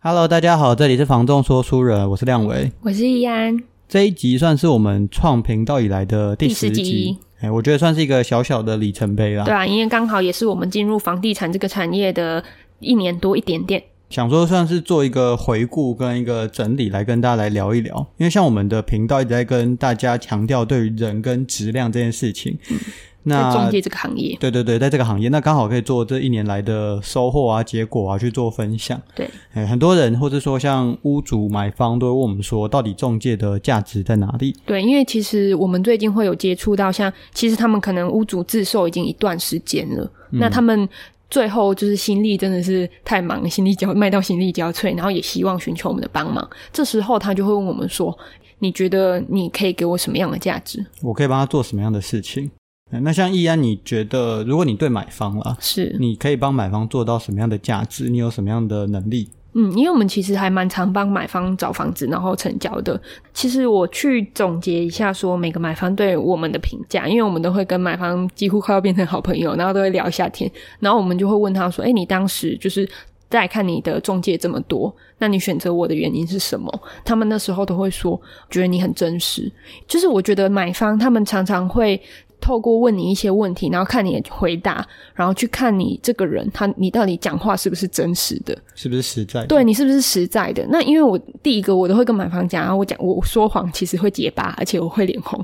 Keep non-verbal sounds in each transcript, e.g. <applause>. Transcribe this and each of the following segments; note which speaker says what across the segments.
Speaker 1: Hello，大家好，这里是房仲说书人，我是亮维。
Speaker 2: 我是易安，
Speaker 1: 这一集算是我们创频道以来的第
Speaker 2: 第十
Speaker 1: 十
Speaker 2: 集
Speaker 1: 集，哎，我觉得算是一个小小的里程碑啦
Speaker 2: 对。啊，因为刚好也是我们进入房地产这个产业的一年多一点点。
Speaker 1: 想说算是做一个回顾跟一个整理，来跟大家来聊一聊。因为像我们的频道一直在跟大家强调对于人跟质量这件事情，
Speaker 2: 嗯在中
Speaker 1: 那
Speaker 2: 介这个行业，
Speaker 1: 对对对，在这个行业，那刚好可以做这一年来的收获啊、结果啊去做分享。
Speaker 2: 对
Speaker 1: 哎，很多人或者说像屋主、买方都会问我们说，到底中介的价值在哪里？
Speaker 2: 对，因为其实我们最近会有接触到像，其实他们可能屋主自售已经一段时间了，那他们最后就是心力真的是太忙，心力交卖到心力交瘁，然后也希望寻求我们的帮忙。这时候他就会问我们说：“你觉得你可以给我什么样的价值
Speaker 1: 我可以帮他做什么样的事情？哎那像易安，你觉得如果你对买方啦？”，
Speaker 2: 是，
Speaker 1: 你可以帮买方做到什么样的价值？你有什么样的能力？
Speaker 2: 嗯，因为我们其实还蛮常帮买方找房子，然后成交的。其实我去总结一下，说每个买方对我们的评价，因为我们都会跟买方几乎快要变成好朋友，然后都会聊一下天，然后我们就会问他说：“哎，你当时就是再看你的中介这么多，那你选择我的原因是什么？”他们那时候都会说，觉得你很真实。就是我觉得买方他们常常会。透过问你一些问题，然后看你的回答，然后去看你这个人，他你到底讲话是不是真实的？
Speaker 1: 是不是实在的？
Speaker 2: 对你是不是实在的？那因为我第一个我都会跟买方讲，然后我讲我说谎其实会结巴，而且我会脸红。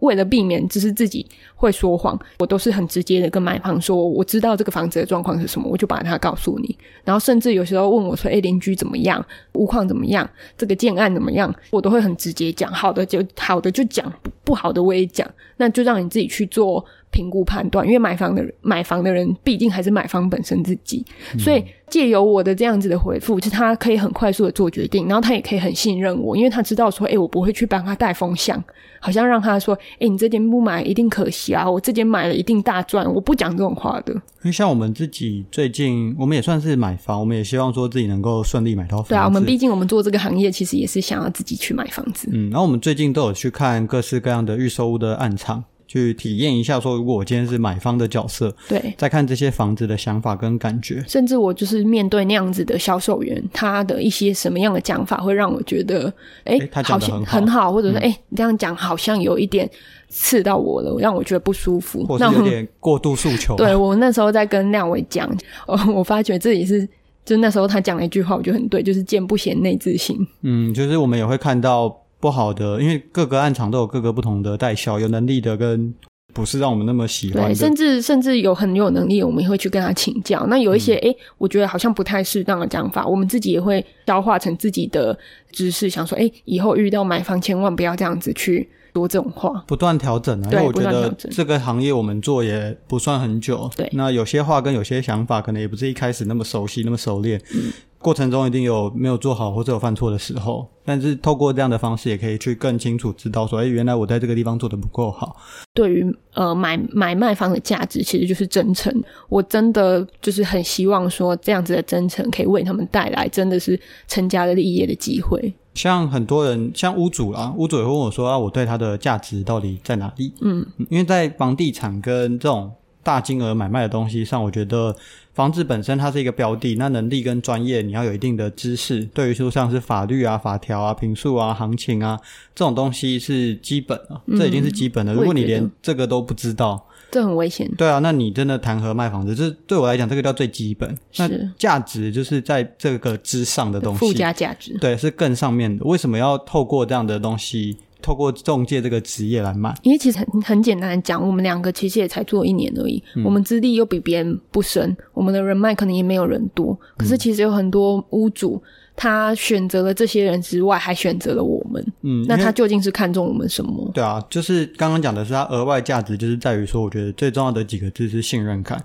Speaker 2: 为了避免就是自己会说谎，我都是很直接的跟买方说，我知道这个房子的状况是什么，我就把它告诉你。然后甚至有时候问我说，哎，邻居怎么样，屋况怎么样，这个建案怎么样，我都会很直接讲，好的就好的就讲，不不好的我也讲，那就让你自己去做评估判断，因为买房的人买房的人毕竟还是买方本身自己，
Speaker 1: 嗯
Speaker 2: 所以借由我的这样子的回复，就是他可以很快速的做决定，然后他也可以很信任我，因为他知道说，哎、我不会去帮他带风向，好像让他说，哎、你这间不买一定可惜啊，我这间买了一定大赚，我不讲这种话的。
Speaker 1: 因为像我们自己最近，我们也算是买房，我们也希望说自己能够顺利买到房子。
Speaker 2: 对啊，我们毕竟我们做这个行业，其实也是想要自己去买房子。
Speaker 1: 嗯，然后我们最近都有去看各式各样的预售屋的暗场，去体验一下说，如果我今天是买方的角色，
Speaker 2: 对，
Speaker 1: 再看这些房子的想法跟感觉。
Speaker 2: 甚至我就是面对那样子的销售员，他的一些什么样的讲法，会让我觉得，哎、
Speaker 1: 诶他
Speaker 2: 好
Speaker 1: 讲得
Speaker 2: 像
Speaker 1: 很好嗯
Speaker 2: 很好，或者是哎、诶你这样讲好像有一点刺到我了，让我觉得不舒服。
Speaker 1: 或是
Speaker 2: 那我
Speaker 1: 有
Speaker 2: 们
Speaker 1: 点过度诉求，
Speaker 2: 对我那时候在跟亮伟讲，哦， <laughs> 我发觉自己是，就那时候他讲了一句话，我觉得很对，就是“见不贤内自省
Speaker 1: 嗯，就是我们也会看到不好的，因为各个暗场都有各个不同的代销，有能力的跟不是让我们那么”。喜欢
Speaker 2: 对，
Speaker 1: 的，
Speaker 2: 甚至甚至有很有能力，我们也会去跟他请教。那有一些
Speaker 1: 嗯
Speaker 2: 诶、我觉得好像不太适当的讲法，我们自己也会消化成自己的知识，想说，诶、以后遇到买方千万不要这样子去说这种话。
Speaker 1: 不断调整啊，因
Speaker 2: 对
Speaker 1: 为我觉
Speaker 2: 不断
Speaker 1: 得
Speaker 2: 调整
Speaker 1: 这个行业我们做也不算很久，
Speaker 2: 对
Speaker 1: 那有些话跟有些想法可能也不是一开始那么熟悉、那么熟练，
Speaker 2: 嗯
Speaker 1: 过程中一定有没有做好或者有犯错的时候，但是透过这样的方式也可以去更清楚知道说，哎，原来我在这个地方做的不够好，
Speaker 2: 对于呃买买卖方的价值，其实就是真诚。我真的就是很希望说，这样子的真诚可以为他们带来真的是成家立业的机会。
Speaker 1: 像很多人，像屋主啦，屋主也会问我说啊，我对它的价值到底在哪里？
Speaker 2: 嗯，
Speaker 1: 因为在房地产跟这种大金额买卖的东西上，我觉得房子本身它是一个标的，那能力跟专业你要有一定的知识，对于说像是法律啊、法条啊、评述啊、行情啊这种东西是基本啊，
Speaker 2: 嗯
Speaker 1: 这已经是基本的。
Speaker 2: 我也
Speaker 1: 如果你
Speaker 2: 觉得
Speaker 1: 连这个都不知道，
Speaker 2: 这很危险。
Speaker 1: 对啊，那你真的谈何卖房子？这对我来讲，这个叫最基本。那
Speaker 2: 是
Speaker 1: 价值就是在这个之上的东西，
Speaker 2: 附加价值。
Speaker 1: 对，是更上面的。为什么要透过这样的东西，透过中介这个职业来买？
Speaker 2: 因为其实很很简单地讲，我们两个其实也才做一年而已，
Speaker 1: 嗯
Speaker 2: 我们资历又比别人不深，我们的人脉可能也没有人多。
Speaker 1: 嗯
Speaker 2: 可是其实有很多屋主，他选择了这些人之外，还选择了我们。
Speaker 1: 嗯，
Speaker 2: 那
Speaker 1: 因为
Speaker 2: 他究竟是看中我们什么？
Speaker 1: 对啊，就是刚刚讲的是它额外价值，就是在于说，我觉得最重要的几个字是信任感。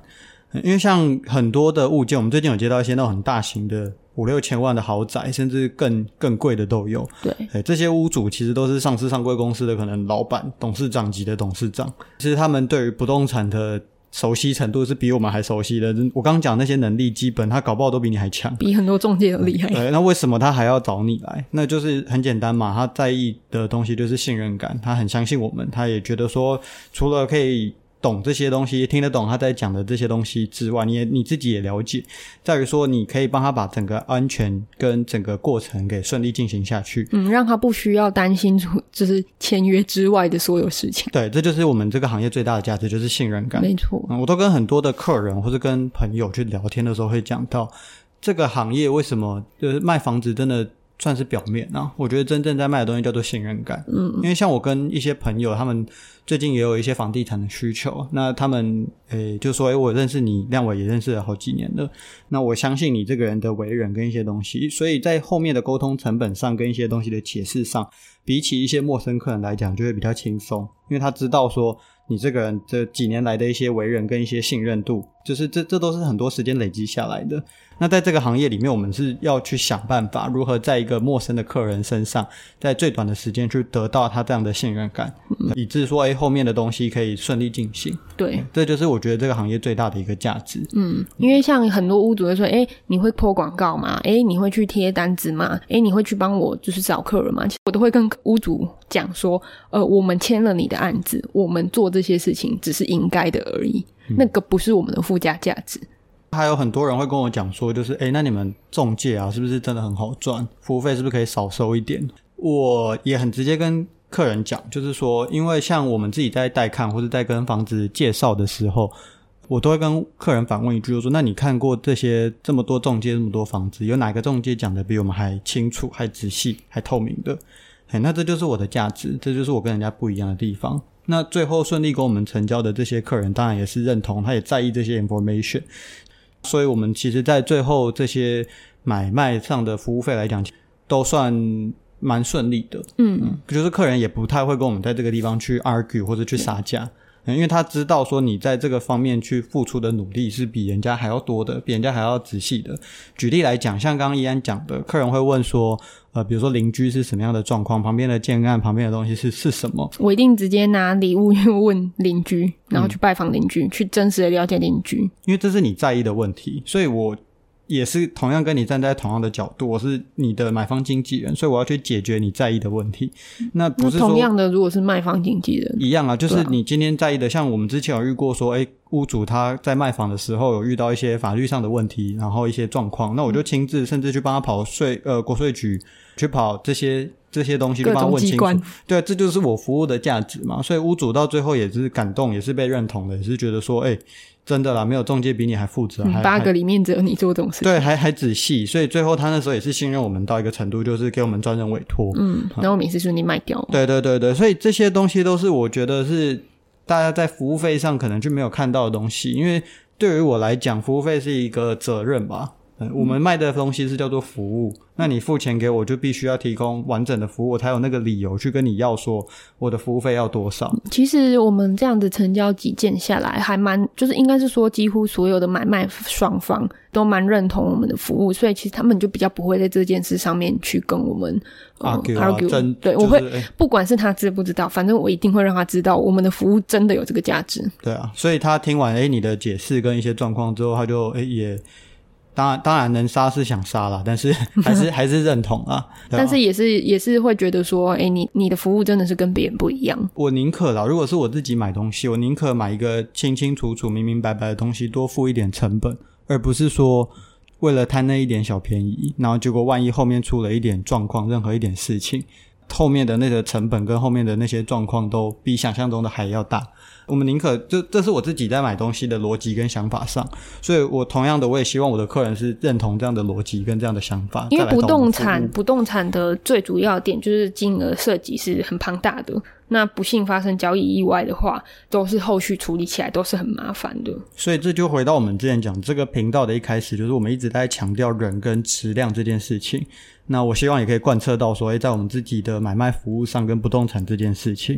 Speaker 1: 因为像很多的物件，我们最近有接到一些那种很大型的五六千万的豪宅，甚至更更贵的都有。
Speaker 2: 对，
Speaker 1: 哎，这些屋主其实都是上市上柜公司的可能老板、董事长级的董事长，其实他们对于不动产的熟悉程度是比我们还熟悉的。我刚刚讲那些能力，基本他搞不好都比你还强。
Speaker 2: 比很多中介都厉害。
Speaker 1: 嗯对，那为什么他还要找你来？那就是很简单嘛，他在意的东西就是信任感，他很相信我们，他也觉得说，除了可以懂这些东西、听得懂他在讲的这些东西之外，你也你自己也了解，在于说你可以帮他把整个安全跟整个过程给顺利进行下去。
Speaker 2: 嗯，让他不需要担心出就是签约之外的所有事情。
Speaker 1: 对，这就是我们这个行业最大的价值，就是信任感。
Speaker 2: 没错，
Speaker 1: 嗯，我都跟很多的客人或是跟朋友去聊天的时候会讲到，这个行业为什么就是卖房子真的算是表面啊？我觉得真正在卖的东西叫做信任感。嗯，因为像我跟一些朋友，他们最近也有一些房地产的需求，那他们诶、就说，诶、我认识你，亮伟也认识了好几年了，那我相信你这个人的为人跟一些东西，所以在后面的沟通成本上跟一些东西的解释上，比起一些陌生客人来讲，就会比较轻松，因为他知道说你这个人这几年来的一些为人跟一些信任度，就是这这都是很多时间累积下来的。那在这个行业里面，我们是要去想办法如何在一个陌生的客人身上，在最短的时间去得到他这样的信任感，以致说，哎，后面的东西可以顺利进行。
Speaker 2: 对，
Speaker 1: 这就是我觉得这个行业最大的一个价值。
Speaker 2: 嗯，因为像很多屋主会说，哎、你会破广告吗？哎、你会去贴单子吗？哎、你会去帮我就是找客人吗？其实我都会跟屋主讲说，呃，我们签了你的案子，我们做这些事情只是应该的而已，
Speaker 1: 嗯
Speaker 2: 那个不是我们的附加价值。
Speaker 1: 还有很多人会跟我讲说，就是哎，诶那你们中介啊，是不是真的很好赚？服务费是不是可以少收一点？我也很直接跟客人讲，就是说，因为像我们自己在带看或者在跟房子介绍的时候，我都会跟客人反问一句，就说那你看过这些这么多中介这么多房子，有哪个中介讲的比我们还清楚、还仔细、还透明的？哎，那这就是我的价值，这就是我跟人家不一样的地方。那最后顺利跟我们成交的这些客人，当然也是认同，他也在意这些 information。所以我们其实，在最后这些买卖上的服务费来讲，都算蛮顺利的。
Speaker 2: 嗯，
Speaker 1: 就是客人也不太会跟我们在这个地方去 argue 或者去杀价，嗯因为他知道说你在这个方面去付出的努力是比人家还要多的，比人家还要仔细的。举例来讲，像刚刚依安讲的，客人会问说，呃，比如说邻居是什么样的状况，旁边的建案旁边的东西是是什么？
Speaker 2: 我一定直接拿礼物去问邻居，
Speaker 1: 嗯
Speaker 2: 然后去拜访邻居，去真实的了解邻居。
Speaker 1: 因为这是你在意的问题，所以我也是同样跟你站在同样的角度，我是你的买方经纪人，所以我要去解决你在意的问题。那不
Speaker 2: 那
Speaker 1: 是说
Speaker 2: 同样的，如果是卖方经纪人，
Speaker 1: 一样啊，就是
Speaker 2: 对啊
Speaker 1: 你今天在意的，像我们之前有遇过说，哎，屋主他在卖房的时候有遇到一些法律上的问题，然后一些状况，那我就亲自甚至去帮他跑税
Speaker 2: 嗯
Speaker 1: 呃国税局，去跑这些这些东西，就
Speaker 2: 各
Speaker 1: 帮他
Speaker 2: 种
Speaker 1: 问
Speaker 2: 机
Speaker 1: 清楚
Speaker 2: 关。，
Speaker 1: 对，这就是我服务的价值嘛。所以屋主到最后也是感动，也是被认同的，也是觉得说，哎，真的啦，没有中介比你还负责，
Speaker 2: 嗯
Speaker 1: 啊还
Speaker 2: 八
Speaker 1: 还
Speaker 2: 个里面只有你做这种事情。
Speaker 1: 对，还还仔细，所以最后他那时候也是信任我们到一个程度，就是给我们专人委托。
Speaker 2: 嗯，然后我们也是顺利卖掉。
Speaker 1: 对对对对，所以这些东西都是我觉得是大家在服务费上可能就没有看到的东西，因为对于我来讲，服务费是一个责任吧。嗯，我们卖的东西是叫做服务，那你付钱给我就必须要提供完整的服务，我才有那个理由去跟你要说我的服务费要多少。
Speaker 2: 其实我们这样子成交几件下来，还蛮就是应该是说，几乎所有的买卖双方都蛮认同我们的服务，所以其实他们就比较不会在这件事上面去跟我们、呃
Speaker 1: argue 啊，真
Speaker 2: 对，
Speaker 1: 就
Speaker 2: 我会
Speaker 1: 是哎
Speaker 2: 不管是他知不知道，反正我一定会让他知道我们的服务真的有这个价值。
Speaker 1: 对啊，所以他听完诶你的解释跟一些状况之后，他就诶也当然当然能杀是想杀啦，但是 <laughs> 还是还是认同啊。对啊
Speaker 2: 但是也是也是会觉得说，哎、你你的服务真的是跟别人不一样。
Speaker 1: 我宁可啦，如果是我自己买东西，我宁可买一个清清楚楚、明明白白的东西，多付一点成本，而不是说为了贪那一点小便宜，然后结果万一后面出了一点状况，任何一点事情，后面的那个成本跟后面的那些状况都比想象中的还要大。我们宁可这这是我自己在买东西的逻辑跟想法上，所以我同样的我也希望我的客人是认同这样的逻辑跟这样的想法。
Speaker 2: 因为
Speaker 1: 再来
Speaker 2: 不
Speaker 1: 找我
Speaker 2: 啊动嗯
Speaker 1: 们服务
Speaker 2: 产，不动产的最主要点就是金额涉及是很庞大的。那不幸发生交易意外的话，都是后续处理起来都是很麻烦的。
Speaker 1: 所以这就回到我们之前讲这个频道的一开始，就是我们一直在强调人跟质量这件事情。哎那我希望也可以贯彻到说，诶，在我们自己的买卖服务上跟不动产这件事情。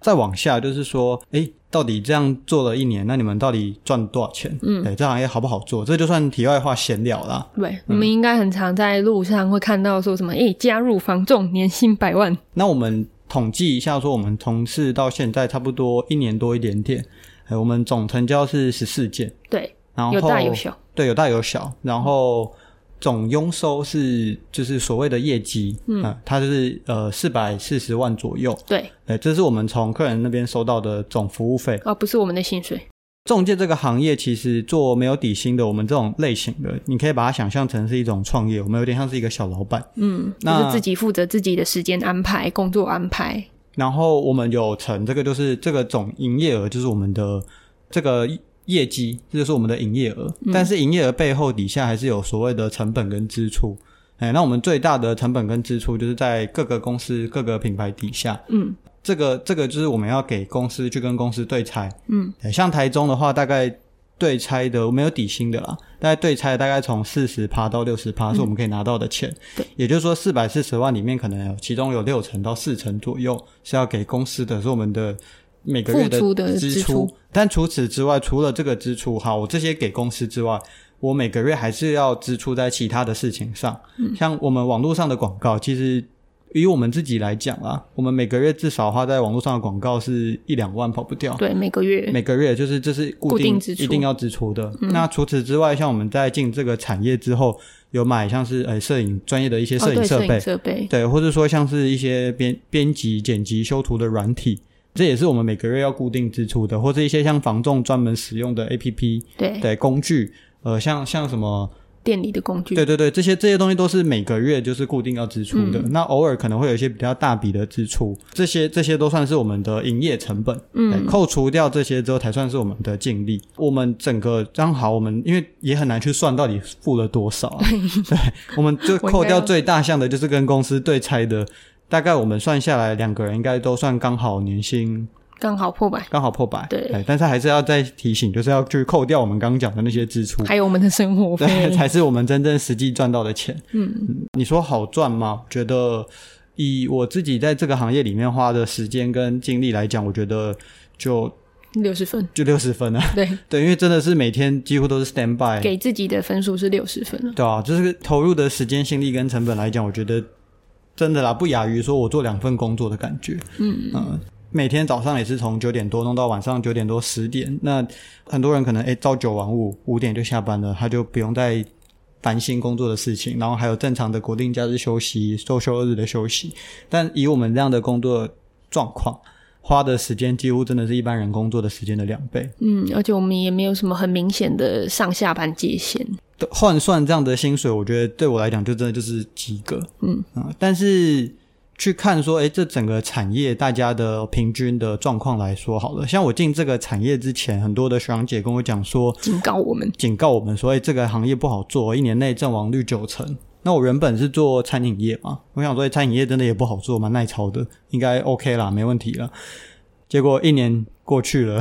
Speaker 1: 再往下就是说，哎，到底这样做了一年，那你们到底赚多少钱？嗯，对，这行业好不好做？这就算题外话闲聊啦。
Speaker 2: 对，你们应该很常在路上会看到说什么，诶、加入房仲年薪百万，
Speaker 1: 那我们统计一下，说我们从事到现在差不多一年多一点点，呃，我们总成交是十四件，
Speaker 2: 对，
Speaker 1: 然后
Speaker 2: 有大有小，
Speaker 1: 对，有大有小，然后总佣收是就是所谓的业绩，嗯，它就是呃四百四十万左右，
Speaker 2: 对，
Speaker 1: 哎，这是我们从客人那边收到的总服务费。
Speaker 2: 哦而、不是我们的薪水，
Speaker 1: 中介这个行业其实做没有底薪的，我们这种类型的，你可以把它想象成是一种创业，我们有点像是一个小老板，
Speaker 2: 嗯，就
Speaker 1: 那
Speaker 2: 是自己负责自己的时间安排、工作安排，
Speaker 1: 然后我们有成，这个就是这个总营业额，就是我们的这个业绩，这就是我们的营业额。但是营业额背后底下还是有所谓的成本跟支出。哎，那我们最大的成本跟支出就是在各个公司、各个品牌底下。
Speaker 2: 嗯，
Speaker 1: 这个这个就是我们要给公司去跟公司对拆。
Speaker 2: 嗯
Speaker 1: 哎，像台中的话，大概对拆的没有底薪的啦，大概对拆大概从四十趴到六十趴是我们可以拿到的钱。
Speaker 2: 嗯对
Speaker 1: 也就是说四百四十万里面，可能有其中有六成到四成左右是要给公司的，是我们的每个月
Speaker 2: 付出的
Speaker 1: 支
Speaker 2: 支出
Speaker 1: 但除此之外，除了这个支出，好，我这些给公司之外。我每个月还是要支出在其他的事情上，
Speaker 2: 嗯
Speaker 1: 像我们网络上的广告，其实以我们自己来讲啊，我们每个月至少花在网络上的广告是一两万跑不掉。
Speaker 2: 对，每个月，
Speaker 1: 每个月就是这是固
Speaker 2: 固定支出嗯
Speaker 1: 一定要支出的。那除此之外，像我们在进这个产业之后，有买像是呃摄影专业的一些摄
Speaker 2: 哦，
Speaker 1: 影
Speaker 2: 对，
Speaker 1: 设
Speaker 2: 摄
Speaker 1: 备，
Speaker 2: 影设备，
Speaker 1: 对，或者说像是一些编编辑、剪辑、修图的软体，这也是我们每个月要固定支出的，或者一些像房仲专门使用的 APP
Speaker 2: 对，
Speaker 1: 对工具，呃，像像什么
Speaker 2: 店里的工具，
Speaker 1: 对对对，这些这些东西都是每个月就是固定要支出的。
Speaker 2: 嗯
Speaker 1: 那偶尔可能会有一些比较大笔的支出，这些这些都算是我们的营业成本。嗯，扣除掉这些之后，才算是我们的净利。我们整个刚好，我们因为也很难去算到底付了多少、啊，对，我们就
Speaker 2: 我
Speaker 1: 扣
Speaker 2: 应该
Speaker 1: 掉
Speaker 2: 要
Speaker 1: 最大项的，就是跟公司对拆的。大概我们算下来，两个人应该都算刚好年薪
Speaker 2: 刚好破百，
Speaker 1: 刚好破百，哎
Speaker 2: 对
Speaker 1: 但是还是要再提醒，就是要去扣掉我们刚刚讲的那些支出，
Speaker 2: 还有我们的生活
Speaker 1: 对，
Speaker 2: 费，
Speaker 1: 才是我们真正实际赚到的钱。嗯，你说好赚吗？我觉得以我自己在这个行业里面花的时间跟精力来讲，我觉得就
Speaker 2: 六十分，
Speaker 1: 就六十分了。
Speaker 2: 对，
Speaker 1: <laughs> 对，因为真的是每天几乎都是 stand by，
Speaker 2: 给自己的分数是六十分了，
Speaker 1: 对啊，就是投入的时间、心力跟成本来讲，我觉得真的啦，不亚于说我做两份工作的感觉。嗯每天早上也是从九点多弄到晚上九点多十点，那很多人可能诶朝九晚五，五点就下班了，他就不用再烦心工作的事情，然后还有正常的国定假日休息、周休二日的休息。但以我们这样的工作状况，花的时间几乎真的是一般人工作的时间的两倍。
Speaker 2: 嗯，而且我们也没有什么很明显的上下班界限，
Speaker 1: 换算这样的薪水，我觉得对我来讲就真的就是及格。
Speaker 2: 嗯
Speaker 1: 啊、但是去看说，诶，这整个产业大家的平均的状况来说好了，像我进这个产业之前，很多的学长姐跟我讲说，
Speaker 2: 警告我
Speaker 1: <laughs>
Speaker 2: 们，
Speaker 1: 警告我们说，诶，这个行业不好做，一年内阵亡率九成。那我原本是做餐饮业嘛，我想说，诶餐饮业真的也不好做，蛮耐操的，应该 OK 啦，没问题啦。结果一年过去了，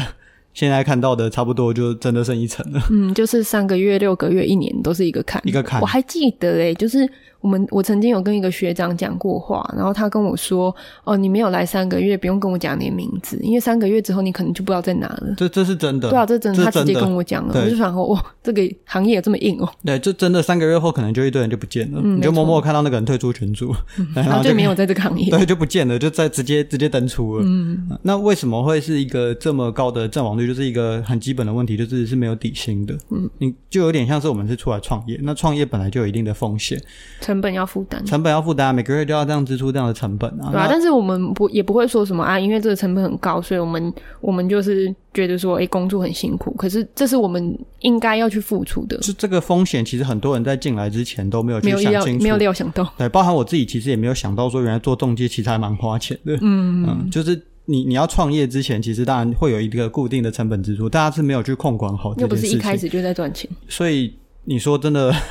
Speaker 1: 现在看到的差不多就真的剩一层了。
Speaker 2: 嗯，就是三个月、六个月、一年都是一个坎，
Speaker 1: 一个坎
Speaker 2: 我还记得诶、就是我们我曾经有跟一个学长讲过话，然后他跟我说：“哦，你没有来三个月，不用跟我讲你的名字，因为三个月之后你可能就不知道在哪了。
Speaker 1: 这这是真”的，
Speaker 2: 对啊，这真的，
Speaker 1: 嗯这
Speaker 2: 他
Speaker 1: 是
Speaker 2: 直
Speaker 1: 真
Speaker 2: 接
Speaker 1: 的。
Speaker 2: 跟我讲了，
Speaker 1: 对
Speaker 2: 我就想说，哇，这个行业有这么硬哦，
Speaker 1: 对，就真的三个月后，可能就一堆人就不见了，
Speaker 2: 嗯
Speaker 1: 你就
Speaker 2: 没错
Speaker 1: 默默看到那个人退出
Speaker 2: <laughs>
Speaker 1: 群组，
Speaker 2: 然后就没有在这个行业。
Speaker 1: 啊对，就不见了，就再直接直接登出了。嗯，那为什么会是一个这么高的阵亡率？就是一个很基本的问题，就是是没有底薪的。嗯，你就有点像是我们是出来创业，那创业本来就有一定的风险，
Speaker 2: 成本要负担。
Speaker 1: 成本要负担，每个月都要这样支出这样的成本啊。
Speaker 2: 对啊，
Speaker 1: 那
Speaker 2: 但是我们不也不会说什么啊，因为这个成本很高，所以我们我们就是觉得说，哎、工作很辛苦，可是这是我们应该要去付出的，
Speaker 1: 就这个风险，其实很多人在进来之前都没有
Speaker 2: 没
Speaker 1: 去
Speaker 2: 有意
Speaker 1: 想
Speaker 2: 料
Speaker 1: 清楚，哦
Speaker 2: 没有料想到，
Speaker 1: 对，包含我自己，其实也没有想到说，原来做中介其实还蛮花钱的。嗯就是你你要创业之前，其实当然会有一个固定的成本支出，大家是没有去控管好这
Speaker 2: 又不
Speaker 1: 件
Speaker 2: 是一
Speaker 1: 事
Speaker 2: 开
Speaker 1: 情，
Speaker 2: 始就在赚钱。
Speaker 1: 所以你说真的。 <laughs>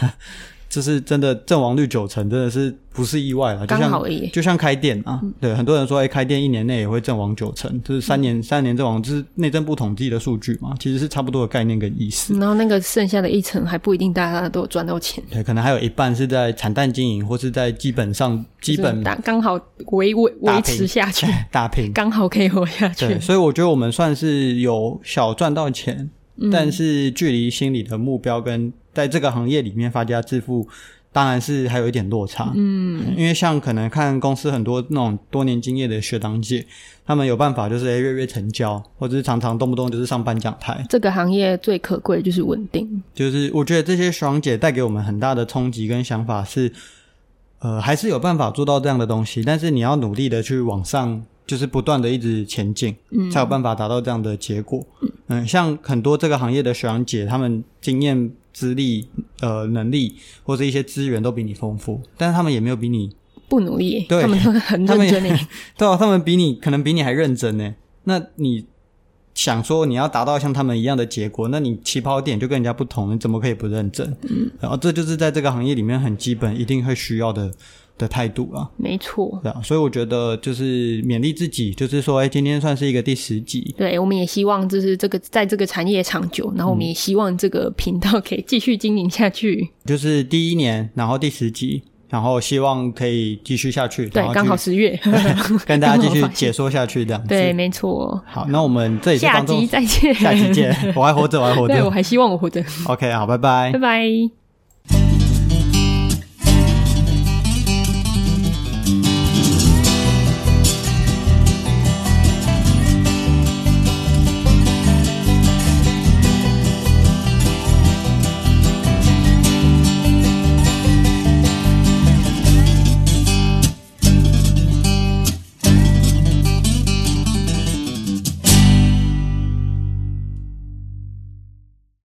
Speaker 1: 就是真的阵亡率九成，真的是不是意外啊了。就
Speaker 2: 刚
Speaker 1: 像
Speaker 2: 好嗯而已
Speaker 1: 就像开店啊，对，很多人说，哎、开店一年内也会阵亡九成，就是三年、三年阵亡，就是内政部统计的数据嘛，其实是差不多的概念跟意思。
Speaker 2: 然后那个剩下的一层还不一定大家都有赚到钱，
Speaker 1: 对，可能还有一半是在惨淡经营，或是在基本上基
Speaker 2: 就是
Speaker 1: 本
Speaker 2: 打刚好维维
Speaker 1: 打
Speaker 2: 维
Speaker 1: 平
Speaker 2: 持下
Speaker 1: <laughs>
Speaker 2: 去，
Speaker 1: 打平。
Speaker 2: 刚好可以活下去
Speaker 1: 对，。所以我觉得我们算是有小赚到钱，
Speaker 2: 嗯
Speaker 1: 但是距离心里的目标跟在这个行业里面发家致富，当然是还有一点落差。嗯，因为像可能看公司很多那种多年经验的学长姐，他们有办法就是哎月月成交，或者是常常动不动就是上颁奖台。
Speaker 2: 这个行业最可贵的就是稳定，
Speaker 1: 就是我觉得这些学长姐带给我们很大的冲击跟想法是，呃，还是有办法做到这样的东西，但是你要努力的去往上，就是不断的一直前进，嗯，才有办法达到这样的结果。嗯，像很多这个行业的学长姐，他们经验、资历、呃，能力或者一些资源都比你丰富，但是他们也没有比你
Speaker 2: 不努力，
Speaker 1: 对
Speaker 2: 他们都很
Speaker 1: 他们
Speaker 2: 认
Speaker 1: 也
Speaker 2: 真欸诶。
Speaker 1: <laughs> 对啊，他们比你可能比你还认真呢。那你想说你要达到像他们一样的结果，那你起跑点就跟人家不同，你怎么可以不认真？嗯，然后这就是在这个行业里面很基本一定会需要的的态度啊。
Speaker 2: 没错，
Speaker 1: 对啊，所以我觉得就是勉励自己，就是说，哎，今天算是一个第十集，
Speaker 2: 对，我们也希望就是这个在这个产业长久，然后我们也希望这个频道可以继续经营下去。
Speaker 1: 就是第一年，然后第十集，然后希望可以继续下去，
Speaker 2: 对
Speaker 1: 然后，
Speaker 2: 刚好
Speaker 1: 继
Speaker 2: 十月，
Speaker 1: 续 <laughs> 跟大家
Speaker 2: <laughs> 刚
Speaker 1: 继续
Speaker 2: 好发现
Speaker 1: 解说下去这样子。
Speaker 2: 对，，没错。
Speaker 1: 好，那我们这里就
Speaker 2: 下
Speaker 1: 当做
Speaker 2: 集再见，
Speaker 1: 下集见，我还活着，我还活
Speaker 2: <laughs>
Speaker 1: 哎
Speaker 2: 对我
Speaker 1: 着。
Speaker 2: 还希望我活着，
Speaker 1: OK，好，拜拜
Speaker 2: 拜。拜。